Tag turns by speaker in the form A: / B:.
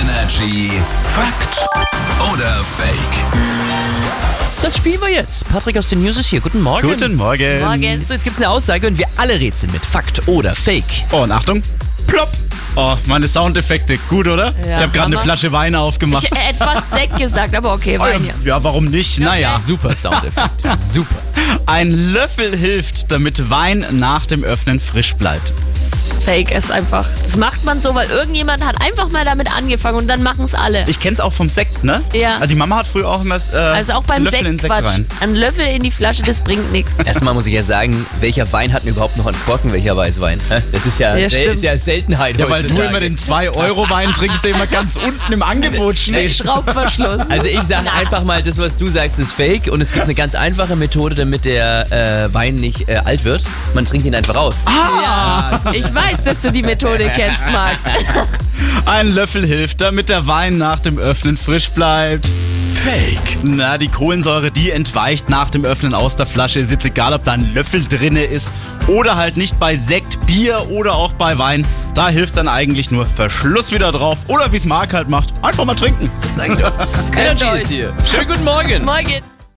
A: Energy Fakt oder Fake?
B: Das spielen wir jetzt. Patrick aus den News ist hier. Guten Morgen.
C: Guten Morgen.
B: Morgen. So, jetzt gibt's eine Aussage und wir alle rätseln mit Fakt oder Fake.
C: Oh, und Achtung. Plopp. Oh, meine Soundeffekte. Gut, oder? ich habe gerade eine
D: Hammer.
C: Flasche Wein aufgemacht.
D: Ich hätte fast Sekt gesagt, aber okay,
C: Oh, ja,
D: Wein hier.
C: ja, warum nicht? Naja.
B: Super Soundeffekt. Super.
C: Ein Löffel hilft, damit Wein nach dem Öffnen frisch bleibt.
D: Fake ist einfach. Das macht man so, weil irgendjemand hat einfach mal damit angefangen und dann machen es alle.
C: Ich kenn's auch vom Sekt, ne?
D: Ja.
C: Also die Mama hat früher auch immer äh,
D: also auch beim
C: Löffel in den
D: Sekt,
C: Sekt
D: Quatsch.
C: rein.
D: Ein Löffel in die Flasche, das bringt nichts.
B: Erstmal muss ich ja sagen, welcher Wein hat denn überhaupt noch einen Korken, welcher Weißwein? Hä? Das ist ja,
D: Ja,
B: sel
D: stimmt.
B: ist ja Seltenheit
C: Ja, weil du
B: heutzutage.
C: immer den 2-Euro-Wein trinkst, der immer ganz unten im Angebot steht.
D: Schraubverschluss.
B: Also ich sage einfach mal, das, was du sagst, ist Fake und es gibt eine ganz einfache Methode, damit der äh, Wein nicht äh, alt wird. Man trinkt ihn einfach aus.
D: ja. Ich weiß, dass du die Methode kennst, Marc.
C: Ein Löffel hilft, damit der Wein nach dem Öffnen frisch bleibt.
A: Fake.
C: Na, die Kohlensäure, die entweicht nach dem Öffnen aus der Flasche. Ist jetzt egal, ob da ein Löffel drinne ist oder halt nicht bei Sekt, Bier oder auch bei Wein. Da hilft dann eigentlich nur Verschluss wieder drauf oder wie es Marc halt macht, einfach mal trinken.
B: Danke doch. Energy ist hier. Schönen guten Morgen.
D: Morgen.